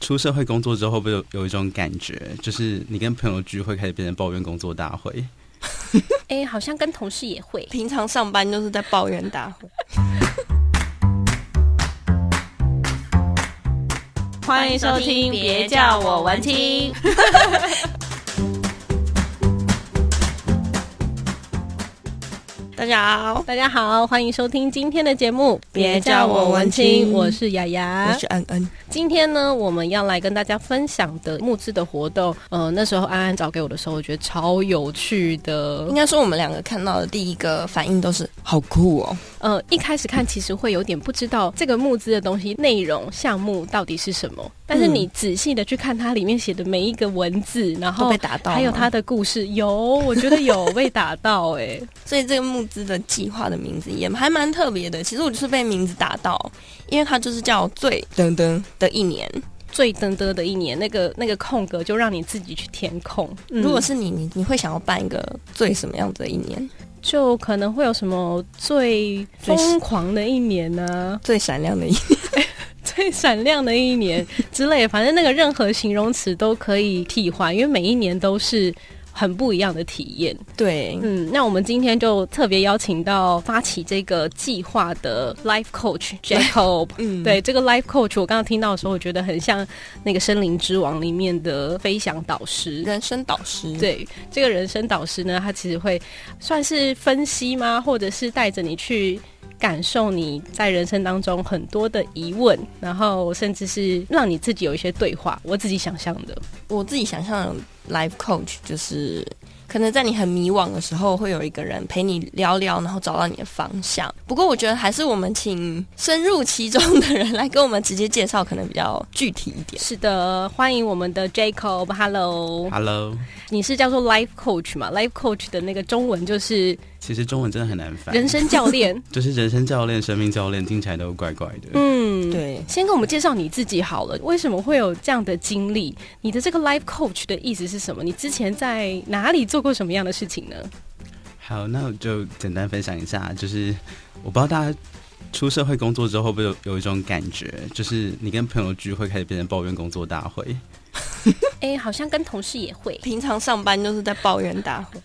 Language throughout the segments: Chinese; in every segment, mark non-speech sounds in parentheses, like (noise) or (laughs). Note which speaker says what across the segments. Speaker 1: 出社会工作之后，会不会有有一种感觉，就是你跟朋友聚会开始变成抱怨工作大会？
Speaker 2: 哎、好像跟同事也会。
Speaker 3: 平常上班就是在抱怨大会。欢迎收听，别叫我文青。大家好，
Speaker 2: (laughs) 大家好，欢迎收听今天的节目，
Speaker 3: 别叫我文青
Speaker 2: 我是雅
Speaker 3: 我
Speaker 2: 雅
Speaker 3: 是。恩恩。
Speaker 2: 今天呢，我们要来跟大家分享的募资的活动，呃，那时候安安找给我的时候，我觉得超有趣的
Speaker 3: 应。该说我们两个看到的第一个反应都是好酷哦。
Speaker 2: 呃，一开始看其实会有点不知道这个募资的东西内容项目到底是什么，但是
Speaker 3: 嗯
Speaker 2: 你仔细的去看它里面写的每一个文字，然
Speaker 3: 都
Speaker 2: 后
Speaker 3: 被打到吗，
Speaker 2: 还有它的故事，有，我觉得
Speaker 3: (laughs)
Speaker 2: 有被打到哎、
Speaker 3: 所以这个募资的计划的名字也还蛮特别的。其实我就是被名字打到，因为它就是叫最噔噔的一年。
Speaker 2: 最登登的一年，那个那个空格就让你自己去填空。嗯
Speaker 3: 如果是你，你你会想要办一个最什么样子的一年？
Speaker 2: 就可能会有什么最
Speaker 3: 最
Speaker 2: 疯狂的一年呢、
Speaker 3: 最闪亮的一年？
Speaker 2: (laughs) 最闪亮的一年之类的，反正那个任何形容词都可以替换，因为每一年都是。很不一样的体验，
Speaker 3: 对，
Speaker 2: 嗯，那我们今天就特别邀请到发起这个计划的 life coach (laughs) Jacob，
Speaker 3: 嗯，
Speaker 2: 对这个 life coach，我刚刚听到的时候，我觉得很像那个《森林之王》里面的飞翔导师，
Speaker 3: 人生导师，，
Speaker 2: 对，这个人生导师呢，他其实会算是分析吗，或者是带着你去感受你在人生当中很多的疑问，然后甚至是让你自己有一些对话。我自己想象的，
Speaker 3: 我自己想象的 life coach 就是。可能在你很迷惘的时候，会有一个人陪你聊聊，然后找到你的方向。不过，我觉得还是我们请深入其中的人来跟我们直接介绍，可能比较具体一点。
Speaker 2: 是的，欢迎我们的 Jacob，Hello，
Speaker 1: Hello，
Speaker 2: 你是叫做 Life Coach 嘛？Life Coach 的那个中文就是
Speaker 1: 其实中文真的很难翻，
Speaker 2: 人生教练，
Speaker 1: 就是人生教练、生命教练，听起来都怪怪的。
Speaker 2: 嗯，。
Speaker 3: 对，
Speaker 2: 先跟我们介绍你自己好了，为什么会有这样的经历？你的这个 life coach 的意思是什么？你之前在哪里做过什么样的事情呢？
Speaker 1: 好，那我就简单分享一下，就是我不知道大家出社会工作之后，会不会有有一种感觉，就是你跟朋友聚会开始变成抱怨工作大会？
Speaker 2: 哎、好像跟同事也会，
Speaker 3: 平常上班就是在抱怨大会，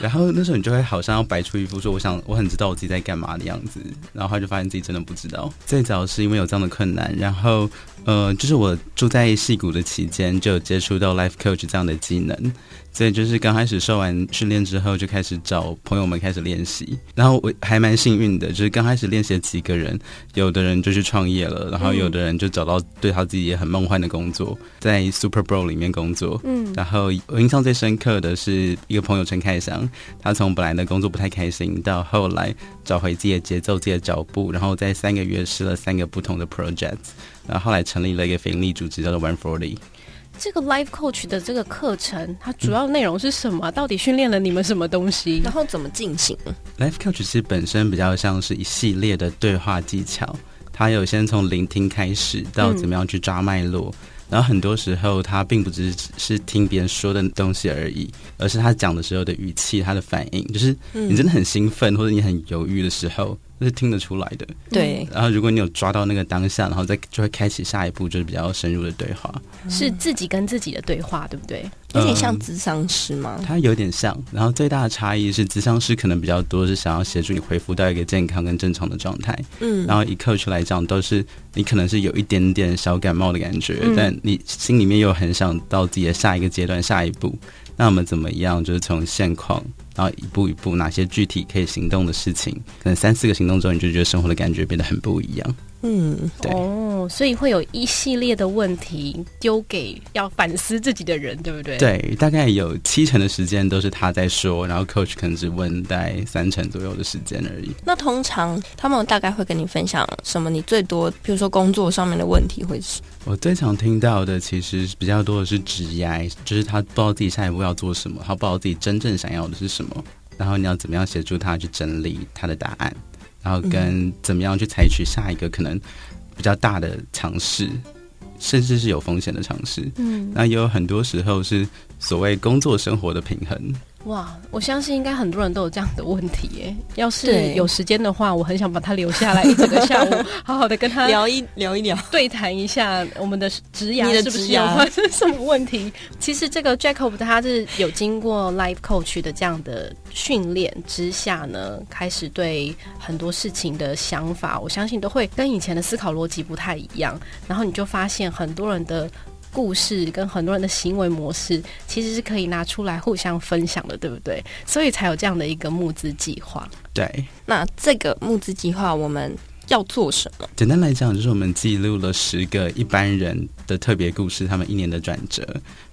Speaker 1: 然后那时候你就会好像要摆出一副说我想我很知道我自己在干嘛的样子，然后他就发现自己真的不知道。最早是因为有这样的困难，然后呃，就是我住在戏谷的期间就有接触到 life coach 这样的技能，所以就是刚开始受完训练之后就开始找朋友们开始练习，然后我还蛮幸运的，就是刚开始练习了几个人，有的人就去创业了，然后有的人就找到对他自己也很梦幻的工作，在 Super Bowl 里面工作，
Speaker 2: 嗯，
Speaker 1: 然后我印象最深刻的是一个朋友陈开祥，他从本来的工作不太开心，到后来找回自己的节奏、自己的脚步，然后在三个月试了三个不同的 project，然后后来成立了一个非营利组织叫做 One Forty。
Speaker 2: 这个 life coach 的这个课程，它主要内容是什么啊？到底训练了你们什么东西
Speaker 3: 然？后怎么进行？
Speaker 1: Life Coach 其实本身比较像是一系列的对话技巧，它有先从聆听开始，到
Speaker 2: 嗯
Speaker 1: 怎么样去抓脉络。然后很多时候，它并不只是是听别人说的东西而已，而是他讲的时候的语气、他的反应，就是你真的很兴奋或者你很犹豫的时候，那是听得出来的。
Speaker 3: 对，
Speaker 1: 然后如果你有抓到那个当下，然后再就会开启下一步，就是比较深入的对话。
Speaker 2: 是自己跟自己的对话，对不对？
Speaker 3: 有点像
Speaker 1: 嗯
Speaker 3: 智商师吗？
Speaker 1: 它有点像，然后最大的差异是，咨商师可能比较多是想要协助你恢复到一个健康跟正常的状态，
Speaker 3: 嗯，
Speaker 1: 然后以 coach 来讲，都是你可能是有一点点小感冒的感觉，
Speaker 2: 嗯
Speaker 1: 但你心里面又很想到自己的下一个阶段、下一步，那我们怎么样？就是从现况，然后一步一步，哪些具体可以行动的事情，可能三四个行动之后，你就觉得生活的感觉变得很不一样。
Speaker 3: 嗯，
Speaker 1: 对
Speaker 2: 哦，所以会有一系列的问题丢给要反思自己的人，对不对？。
Speaker 1: 对，大概有七成的时间都是他在说，然后 coach 可能只问大概三成左右的时间而已。
Speaker 3: 那通常他们大概会跟你分享什么？你最多，比如说工作上面的问题会是
Speaker 1: 我最常听到的其实比较多的是职业，就是他不知道自己下一步要做什么，他不知道自己真正想要的是什么，然后你要怎么样协助他去整理他的答案，然后跟怎么样去采取下一个可能比较大的尝试，甚至是有风险的尝试。
Speaker 2: 嗯，
Speaker 1: 那也有很多时候是所谓工作生活的平衡，
Speaker 2: 哇，我相信应该很多人都有这样的问题耶。要是
Speaker 3: 对
Speaker 2: 有时间的话，我很想把他留下来一整个下午，好好的跟他
Speaker 3: 聊一聊一聊，
Speaker 2: 对谈一下我们的职
Speaker 3: 你
Speaker 2: 涯
Speaker 3: 的
Speaker 2: 是不是
Speaker 3: 职
Speaker 2: 有
Speaker 3: 涯
Speaker 2: 发生什么问题？ (laughs) 其实这个 Jacob 他是有经过 Life Coach 的这样的训练之下呢，开始对很多事情的想法，我相信都会跟以前的思考逻辑不太一样。然后你就发现很多人的。故事跟很多人的行为模式其实是可以拿出来互相分享的，对不对？所以才有这样的一个募资计划。
Speaker 1: 对，
Speaker 3: 那这个募资计划我们要做什么？
Speaker 1: 简单来讲，就是我们记录了十个一般人的特别故事，他们一年的转折，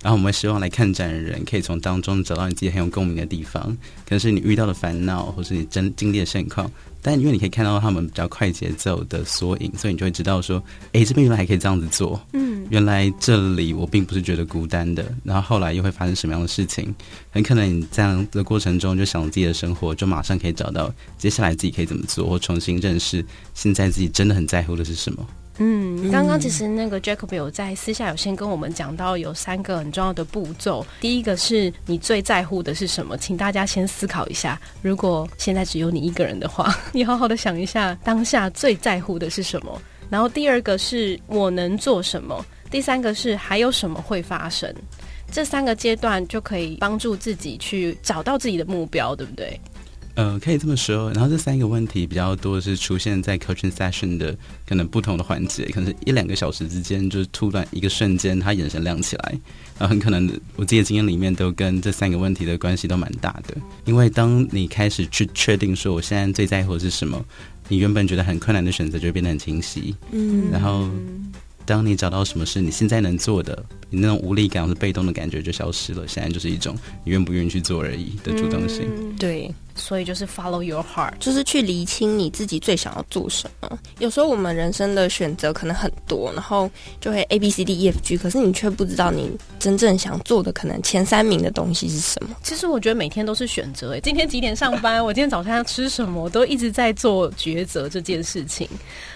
Speaker 1: 然后我们会希望来看展的人可以从当中找到你自己很有共鸣的地方，可能是你遇到的烦恼，或是你真经历的盛况。但因为你可以看到他们比较快节奏的缩影，所以你就会知道说，诶，这边原来还可以这样子做，嗯，原来这里我并不是觉得孤单的。然后后来又会发生什么样的事情？很可能你这样的过程中就想自己的生活，就马上可以找到接下来自己可以怎么做，或重新认识现在自己真的很在乎的是什么。
Speaker 2: 嗯，刚刚其实那个 Jacob 有在私下有先跟我们讲到有三个很重要的步骤，第一个是你最在乎的是什么，请大家先思考一下。如果现在只有你一个人的话， (laughs) 你好好的想一下当下最在乎的是什么。然后第二个是我能做什么，第三个是还有什么会发生。这三个阶段就可以帮助自己去找到自己的目标，对不对？
Speaker 1: 呃，可以这么说。然后这三个问题比较多是出现在 coaching session 的可能不同的环节，可能是一两个小时之间，就是突然一个瞬间，他眼神亮起来。然后很可能我自己的经验里面都跟这三个问题的关系都蛮大的，因为当你开始去确定说我现在最在乎的是什么，你原本觉得很困难的选择就会变得很清晰。
Speaker 3: 嗯
Speaker 1: 然后当你找到什么是你现在能做的，你那种无力感或是被动的感觉就消失了，现在就是一种你愿不愿意去做而已的主动性。
Speaker 2: 嗯
Speaker 3: 对，
Speaker 2: 所以就是 follow your heart。
Speaker 3: 就是去厘清你自己最想要做什么。有时候我们人生的选择可能很多，然后就会 A B C D E F G，可是你却不知道你真正想做的可能前三名的东西是什么。
Speaker 2: 其实我觉得每天都是选择，诶今天几点上班，我今天早餐要吃什么，我都一直在做抉择这件事情。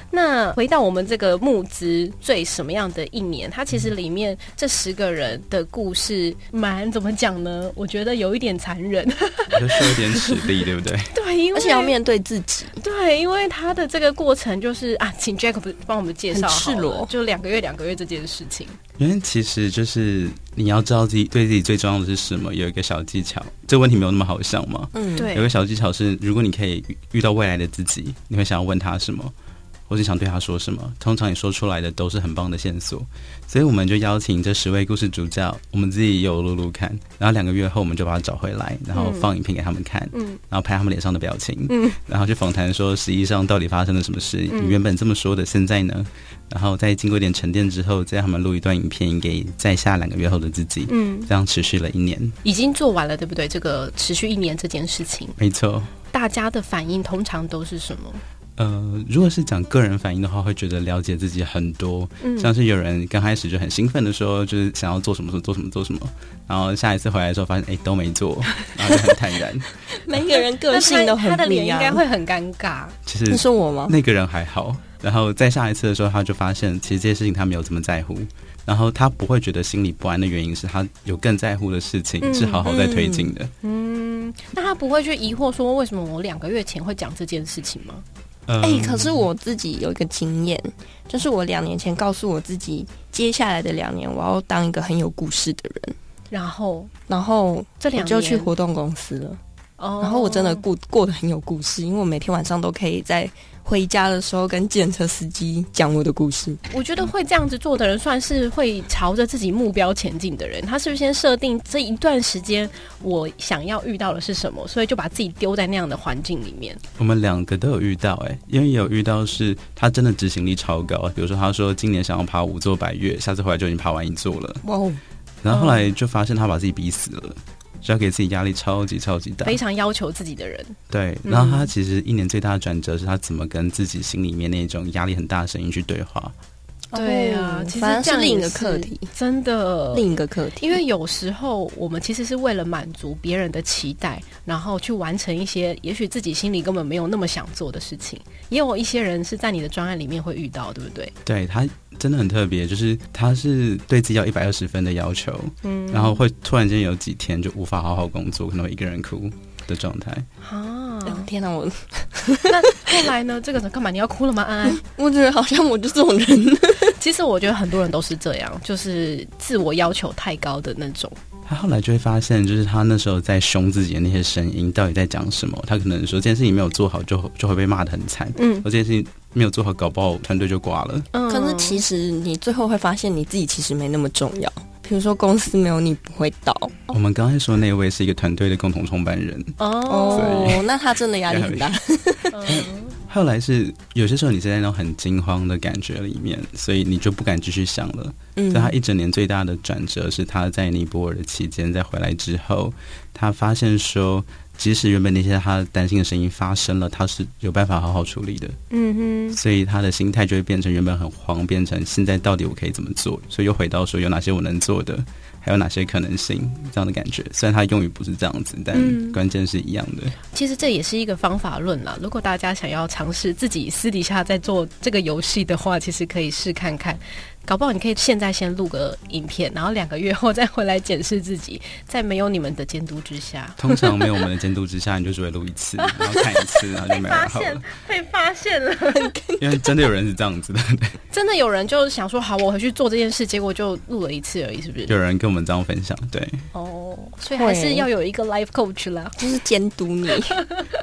Speaker 2: 那回到我们这个募资最什么样的一年，它其实里面这十个人的故事蛮怎么讲呢？我觉得有一点残忍， (laughs)
Speaker 1: 你就需要一点实力，对不对？
Speaker 2: 对，因为
Speaker 3: 而且要面对自
Speaker 2: (laughs)
Speaker 3: 己，
Speaker 2: 对，因为他的这个过程就是啊，请 Jacob 帮我们介绍
Speaker 3: 很赤
Speaker 2: 好了
Speaker 3: 裸
Speaker 2: 就两个月两个月这件事情。
Speaker 1: (laughs) 因为其实就是你要知道自己对自己最重要的是什么，有一个小技巧。这问题没有那么好笑吗？
Speaker 3: 嗯，
Speaker 2: 对
Speaker 1: 有个小技巧是，如果你可以遇遇到未来的自己，你会想要问他什么，或是想对他说什么？通常你说出来的都是很棒的线索，所以我们就邀请这十位故事主角，我们自己也有录录看，然后两个月后我们就把它找回来，然后放影片给他们看，
Speaker 2: 嗯
Speaker 1: 然后拍他们脸上的表情，然后去访谈说实际上到底发生了什么事，
Speaker 2: 嗯
Speaker 1: 你原本这么说的，现在呢？然后再经过一点沉淀之后，再让他们录一段影片给在下两个月后的自己，
Speaker 2: 嗯，
Speaker 1: 这样持续了一年，
Speaker 2: 已经做完了，对不对？这个持续一年这件事情，
Speaker 1: 没错。
Speaker 2: 大家的反应通常都是什么？
Speaker 1: 呃，如果是讲个人反应的话，会觉得了解自己很多，
Speaker 3: 嗯
Speaker 1: 像是有人刚开始就很兴奋的说，就是想要做什么做什么做什么，然后下一次回来的时候发现，哎、都没
Speaker 3: (laughs)
Speaker 1: 做，然后就很坦然。
Speaker 3: 每个人个性都很
Speaker 2: 他的
Speaker 3: 不
Speaker 2: 脸
Speaker 3: 一
Speaker 2: 应该
Speaker 3: 样。
Speaker 2: 会很尴尬。
Speaker 1: 其
Speaker 3: 你
Speaker 1: 实
Speaker 3: 说我吗？
Speaker 1: 那个人还好，然后再下一次的时候，他就发现其实这些事情他没有这么在乎，然后他不会觉得心里不安的原因是他有更在乎的事
Speaker 3: 嗯
Speaker 1: 情是好好在推进的。
Speaker 2: 嗯，那他不会去疑惑说为什么我两个月前会讲这件事情吗？
Speaker 1: 呃
Speaker 3: 哎、可是我自己有一个经验，就是我两年前告诉我自己，接下来的两年我要当一个很有故事的人，
Speaker 2: 然后
Speaker 3: 然后
Speaker 2: 这
Speaker 3: 我
Speaker 2: 两
Speaker 3: 就
Speaker 2: 年
Speaker 3: 去活动公司了。
Speaker 2: 哦
Speaker 3: 然后我真的过过得很有故事，因为我每天晚上都可以在回家的时候跟检车司机讲我的故事。
Speaker 2: 我觉得会这样子做的人，算是会朝着自己目标前进的人。他是不是先设定这一段时间我想要遇到的是什么，所以就把自己丢在那样的环境里面？
Speaker 1: 我们两个都有遇到、哎，因为有遇到是他真的执行力超高，比如说他说今年想要爬五座百越，下次回来就已经爬完一座了，
Speaker 3: 哇哦，
Speaker 1: 然后后来就发现他把自己逼死了。就要给自己压力超级超
Speaker 3: 啊
Speaker 1: 级大，
Speaker 2: 非常要求自己的人，
Speaker 1: 对。
Speaker 2: 嗯
Speaker 1: 然后他其实一年最大的转折是他怎么跟自己心里面那种压力很大的声音去对话，
Speaker 2: 对啊
Speaker 3: 哦，
Speaker 2: 其实
Speaker 3: 反
Speaker 2: 这
Speaker 3: 正
Speaker 2: 样
Speaker 3: 是另一
Speaker 2: 也
Speaker 3: 个
Speaker 2: 是
Speaker 3: 课题，
Speaker 2: 真的
Speaker 3: 另一个课题，
Speaker 2: 因
Speaker 3: (laughs)
Speaker 2: 为有时候我们其实是为了满足别人的期待，然后去完成一些也许自己心里根本没有那么想做的事情。也有一些人是在你的专案里面会遇到，对不对？
Speaker 1: 对他真的很特别，就是他是对自己要一百二十分的要求，
Speaker 2: 嗯
Speaker 1: 然后会突然间有几天就无法好好工作，可能会一个人哭的状态。
Speaker 2: 啊，
Speaker 3: 哦天哪，我
Speaker 2: 后来呢？这个人干嘛？你要哭了吗？安安，
Speaker 3: 我觉得好像我就这种人，
Speaker 2: 其实我觉得很多人都是这样，就是自我要求太高的那种。
Speaker 1: 他后来就会发现，就是他那时候在凶自己的那些声音到底在讲什么。他可能说这件事情没有做好就，就会被骂得很惨；，
Speaker 2: 嗯
Speaker 1: 而这件事情没有做好，搞不好团队就挂了。
Speaker 2: 嗯
Speaker 3: 可是其实你最后会发现你自己其实没那么重要。比如说公司没有你不会倒
Speaker 1: 我们刚才说的那位是一个团队的共同创办人，
Speaker 2: 哦，
Speaker 3: 那他真的压力很大。
Speaker 2: 嗯
Speaker 1: 后来是有些时候你是在那种很惊慌的感觉里面，所以你就不敢继续想了。
Speaker 3: 嗯
Speaker 1: 所以他一整年最大的转折是他在尼泊尔的期间，在回来之后，他发现说，即使原本那些他担心的声音发生了，他是有办法好好处理的，
Speaker 2: 嗯哼，
Speaker 1: 所以他的心态就会变成原本很慌，变成现在到底我可以怎么做？所以又回到说有哪些我能做的，还有哪些可能性这样的感觉。虽然他用语不是这样子，但
Speaker 2: 嗯
Speaker 1: 关键是一样的。
Speaker 2: 其实这也是一个方法论啦。如果大家想要尝试自己私底下在做这个游戏的话，其实可以试看看。搞不好你可以现在先录个影片，然后两个月后再回来检视自己，在没有你们的监督之下，
Speaker 1: 通常没有我们的监督之下，你就只会录一次，然后看一次，然后就没有然
Speaker 2: (laughs)
Speaker 1: 后了。
Speaker 2: 被发现了。
Speaker 1: 因为真的有人是这样子的，
Speaker 2: (laughs) 真的有人就想说，好，我回去做这件事，结果就录了一次而已，是不是？
Speaker 1: 有人跟我们这样分享，对。
Speaker 2: 哦，所以还是要有一个 life coach 啦。
Speaker 3: 就是监督你，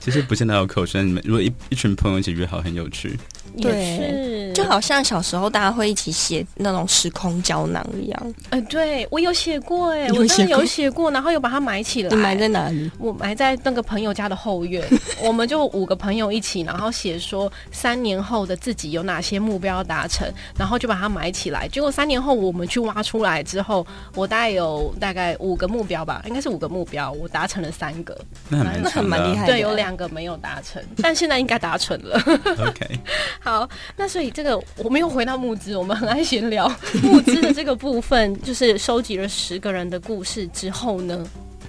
Speaker 1: 其实不见得有口声，你们如果一一群朋友一起约好，很有趣。
Speaker 2: 也是，
Speaker 3: 就好像小时候大家会一起写那种时空胶囊一样。
Speaker 2: 呃，对我有写过哎、
Speaker 3: 有
Speaker 2: 我真
Speaker 3: 写
Speaker 2: 的
Speaker 3: 过
Speaker 2: 有写过，然后又把它埋起来。
Speaker 3: 你埋在哪里？
Speaker 2: 我埋在那个朋友家的后院，我们就五个朋友一起，然后写说三年后的自己有哪些目标达成，然后就把它埋起来。结果三年后我们去挖出来之后，我大概有大概五个目标吧，应该是五个目标，我达成了三个，
Speaker 1: 那还蛮
Speaker 3: 那很
Speaker 1: 强的
Speaker 3: 蛮厉害
Speaker 2: 对，有两个没有达成，但现在应该达成了。
Speaker 1: OK，
Speaker 2: 好，那所以这个我们又回到募资，我们很爱闲聊募资的这个部分，就是收集了十个人的故事之后呢，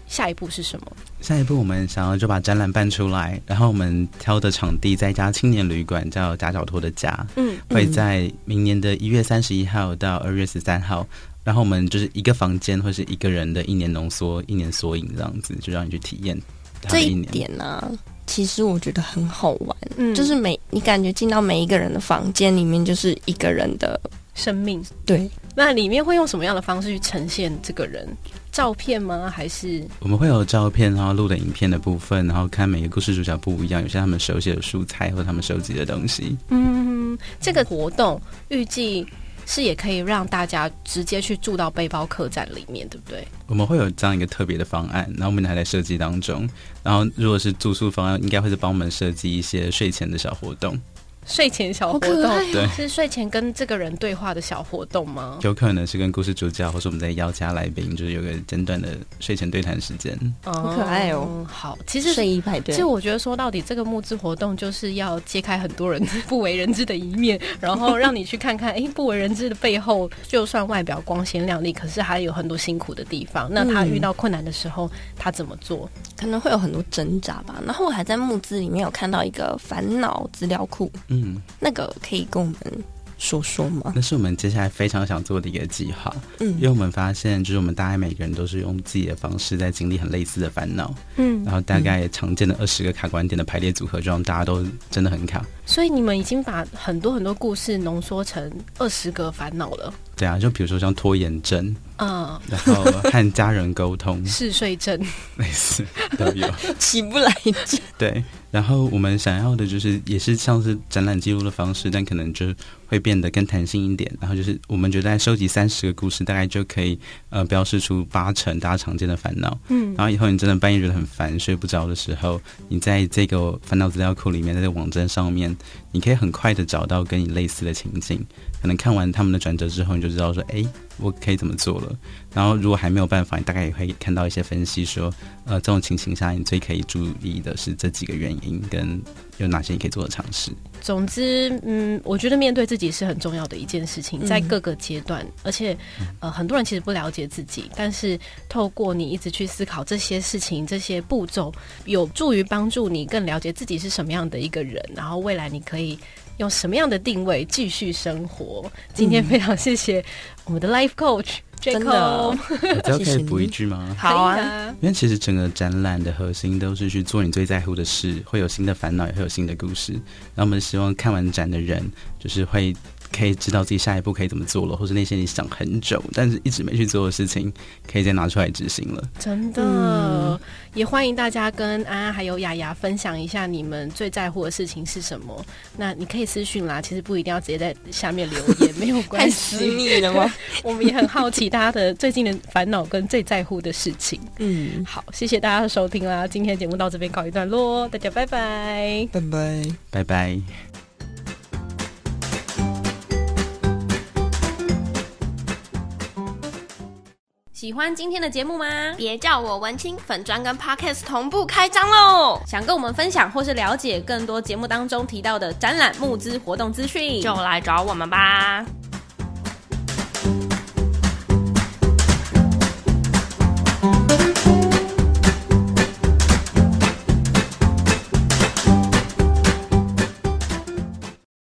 Speaker 2: 下一步是什么？
Speaker 1: 下一步我们想要就把展览办出来，然后我们挑的场地在一家青年旅馆，叫贾角托的家，
Speaker 2: 嗯，
Speaker 1: 会在明年的一月三十一号到二月十三号。然后我们就是一个房间或是一个人的一年浓缩、一年缩影这样子，就让你去体验他
Speaker 3: 这
Speaker 1: 的
Speaker 3: 一
Speaker 1: 年。
Speaker 3: 点呢、其实我觉得很好玩，
Speaker 2: 嗯
Speaker 3: 就是每你感觉进到每一个人的房间里面，就是一个人的
Speaker 2: 生命。
Speaker 3: 对，
Speaker 2: 那里面会用什么样的方式去呈现这个人？照片吗？还是
Speaker 1: 我们会有照片，然后录的影片的部分，然后看每个故事主角不一样，有些他们手写的素材或他们收集的东西。
Speaker 2: 嗯，这个活动预计是也可以让大家直接去住到背包客栈里面，对不对？
Speaker 1: 我们会有这样一个特别的方案，然后我们还在设计当中。然后如果是住宿方案，应该会是帮我们设计一些睡前的小活动，
Speaker 2: 睡前小活
Speaker 3: 好可爱
Speaker 2: 动
Speaker 1: 对
Speaker 3: 哦
Speaker 2: 是睡前跟这个人对话的小活动吗？
Speaker 1: 有可能是跟故事主角，或是我们在邀家来宾，就是有个简短的睡前对谈时间。
Speaker 2: 好
Speaker 3: 可爱哦。
Speaker 2: 好，其实
Speaker 3: 睡衣派对
Speaker 2: 其实。我觉得说到底，这个募资活动就是要揭开很多人 (laughs) 不为人知的一面，然后让你去看看，哎，不为人知的背后，就算外表光鲜亮丽，可是还有很多辛苦的地方。那他遇到困难的时候，他怎么做？
Speaker 3: 可能会有很多挣扎吧。然后我还在募资里面有看到一个烦恼资料库，
Speaker 1: 嗯，
Speaker 3: 那个可以跟我们说说吗？
Speaker 1: 那是我们接下来非常想做的一个计划，因为
Speaker 3: 嗯，
Speaker 1: 我们发现，就是我们大概每个人都是用自己的方式在经历很类似的烦恼，
Speaker 2: 嗯
Speaker 1: 然，后大概常见的二十个卡观点的排列组合，就让大家都真的很卡。
Speaker 2: 所以你们已经把很多很多故事浓缩成二十个烦恼了，
Speaker 1: 对啊，就比如说像拖延症，
Speaker 2: 嗯，
Speaker 1: 然后和家人沟通
Speaker 2: 嗜睡症，
Speaker 1: (laughs) 类似都有。
Speaker 3: (laughs) 起不来劲。
Speaker 1: 对，然后我们想要的就是，也是像是展览记录的方式，但可能就会变得更弹性一点。然后就是，我们觉得在收集三十个故事，大概就可以呃标示出八成大家常见的烦恼。
Speaker 2: 嗯
Speaker 1: 然后以后你真的半夜觉得很烦、睡不着的时候，你在这个烦恼资料库里面，在这个网站上面，你可以很快的找到跟你类似的情境。可能看完他们的转折之后，你就知道说，哎，我可以怎么做了。然后如果还没有办法，你大概也会看到一些分析说，呃，这种情形下你最可以注意的是这几个原因，跟有哪些你可以做的尝
Speaker 3: (laughs)
Speaker 1: 试。
Speaker 2: 总之，嗯，我觉得面对自己是很重要的一件事情，
Speaker 3: 嗯
Speaker 2: 在各个阶段，而且，呃，很多人其实不了解自己，但是透过你一直去思考这些事情、这些步骤，有助于帮助你更了解自己是什么样的一个人，然后未来你可以用什么样的定位继续生活。今天非常谢谢我们的 Life Coach
Speaker 3: 嗯真的
Speaker 2: Jacob，
Speaker 1: 我这样
Speaker 3: 谢
Speaker 1: 可
Speaker 3: 谢
Speaker 1: 以
Speaker 3: 你
Speaker 1: 补一句吗？
Speaker 3: 好
Speaker 2: 可以
Speaker 3: 啊，
Speaker 2: 啊，
Speaker 1: 因为其实整个展览的核心都是去做你最在乎的事，会有新的烦恼，也会有新的故事。那我们希望看完展的人，就是会可以知道自己下一步可以怎么做了，或是那些你想很久但是一直没去做的事情，可以再拿出来执行了。
Speaker 2: 真的、
Speaker 3: 嗯
Speaker 2: 也欢迎大家跟安安还有雅雅分享一下你们最在乎的事情是什么。那你可以私讯啦，其实不一定要直接在下面留言，没有
Speaker 3: (laughs) 太
Speaker 2: 关
Speaker 3: 私
Speaker 2: 系。
Speaker 3: 密了吗？
Speaker 2: (laughs) 我们也很好奇大家的最近的烦恼跟最在乎的事情。
Speaker 3: 嗯，
Speaker 2: 好，谢谢大家的收听啦，今天的节目到这边告一段落哦，大家拜拜。
Speaker 3: 拜拜。
Speaker 1: 拜拜。
Speaker 4: 喜欢今天的节目吗？
Speaker 3: 别叫我文青，粉砖跟 Podcast 同步开张喽！
Speaker 4: 想跟我们分享或是了解更多节目当中提到的展览募资活动资讯，
Speaker 3: 就来找我们吧。